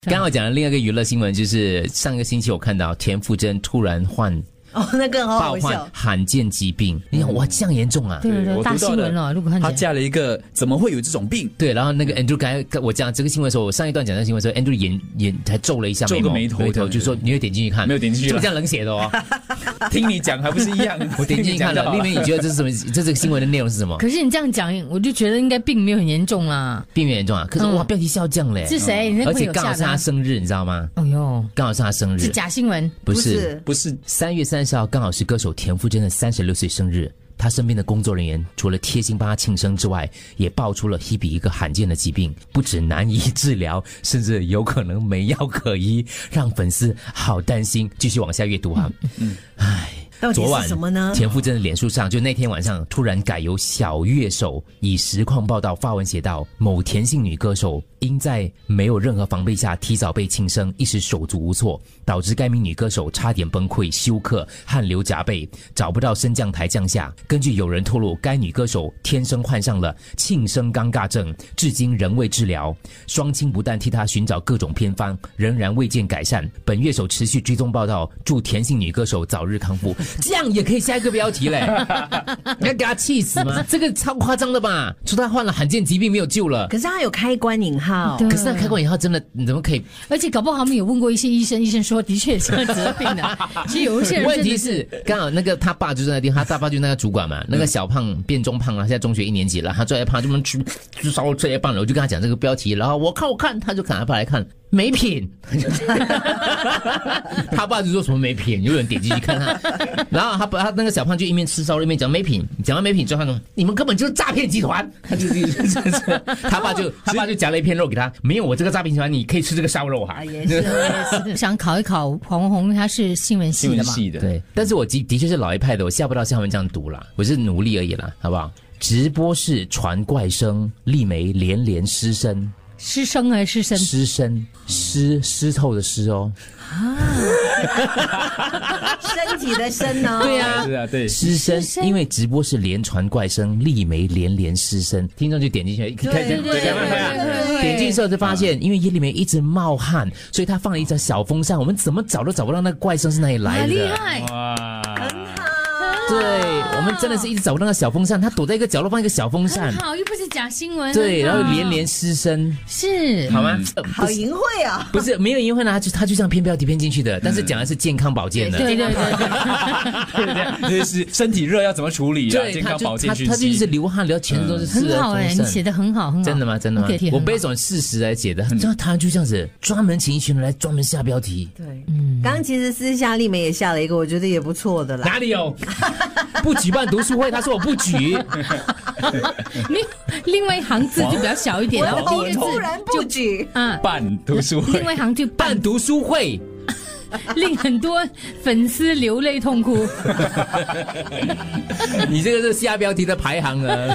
刚好讲的另外一个娱乐新闻就是上个星期我看到田馥甄突然患 哦，那更好爆好患笑。罕见疾病，你看哇这样严重啊？对对对对，我大读到新闻的了，如果看他起来加了一个怎么会有这种 病？对，然后那个 Andrew 刚才我讲这个新闻的时候，我上一段讲这个新闻的时候，Andrew 眼眼还皱了一下眉皱毛，个眉头这样就说你有点进去看，没有点进去就了这样冷血 的哦。听你讲还不是一样？ 我点进去看了，听丽你梅，讲就好你觉得这是什么？这这个新闻的内容是什么？可是你这样讲，我就觉得应该并没有很严重啦。并没有严重啊，可是嗯哇标题是要这样嘞，是谁？你那而朋且友刚好吓是他的？生日，你知道吗？哎呦，刚好是他生是日，假新闻，不不是是不是三月三十号，刚好是歌手田馥甄的三十六岁生日。他身边的工作人员除了贴心帮他庆生之外，也爆出了 Hebe 一个罕见的疾病，不止难以治疗，甚至有可能没药可医，让粉丝好担心。继续往下阅读哈、到底昨晚是什么呢？田馥甄的脸书上，就那天晚上突然改由小乐手以实况报道发文写道：某田姓女歌手因在没有任何防备下提早被庆生，一时手足无措，导致该名女歌手差点崩溃、休克、汗流浃背，找不到升降台降下。根据有人透露，该女歌手天生患上了庆生尴尬症，至今仍未治疗。双亲不但替她寻找各种偏方，仍然未见改善。本乐手持续追踪报道，祝田姓女歌手早日康复。这样也可以下一个标题嘞，你要给她气死吗？这个超夸张的吧？说她患了罕见疾病没有救了。可是他有开关引号，对可是她开馆以后真的，你怎么可以？而且搞不好他们有问过一些医生，医生说的确是这样子的病 的。其实有一些人问真题的是刚好那个他爸就在那地方，他大爸就那个主管嘛，那个小胖变中胖了，现在中学一年级了，他最爱胖，就能吃就稍微最爱胖了，我就跟他讲这个标题，然后我看我看，他就赶他爸来看。没品，他爸就说什么没品，有人点进去看他，然后他把他那个小胖就一面吃烧肉一面讲没品，讲完没品之后，他说你们根本就是诈骗集团，他就他爸就他爸就夹了一片肉给他，没有我这个诈骗集团，你可以吃这个烧肉哈、啊，也是。想考一考黄宏，他是新闻系新的闻嘛？系的，对，但是我的的确是老一派的，我下不到像他们这样读啦，我是努力而已啦，好不好？直播室传怪声，丽梅连连失声，师生还是师生？失声，湿湿透的湿哦，身体的哦身呢？对啊啊，是啊，对， 失声失，声因为直播室连传怪声，丽梅连连失声，听众就点进去，一看对对对对对点进去之后就发现，因为叶丽梅一直冒汗，所以她放了一张小风扇，我们怎么找都找不到那个怪声是哪里来好的，厉害！哇，对我们真的是一直找不到那个小风扇，她躲在一个角落放一个小风扇很。好，又不是假新闻。对，很然好后连连失声，是好吗？呃好淫秽啊！不是没有因为呢，他就他就像偏标题偏进去的，但是讲的是健康保健的。对对对对，对不对？这是身体热要怎么处理啊？对，健他康就他保健讯他就息一直流汗，流到全身都 是啊湿很的好风哎，你扇。写的很好，很好。真的吗？真的吗你给题？我很好背这种事实来写嗯的，然后他就这样子专门请一群人来专门下标 题，对，嗯，刚刚其实私下丽梅也下了一个，我觉得也不错的啦。哪里有？不举办读书会，他说我不举，另 另外一行字就比较小一点，然我后头第一个突然字不举，啊，办读书 会另，外一行就半 办读书会，令很多粉丝流泪痛哭。啊你这个是下标题的排行呢。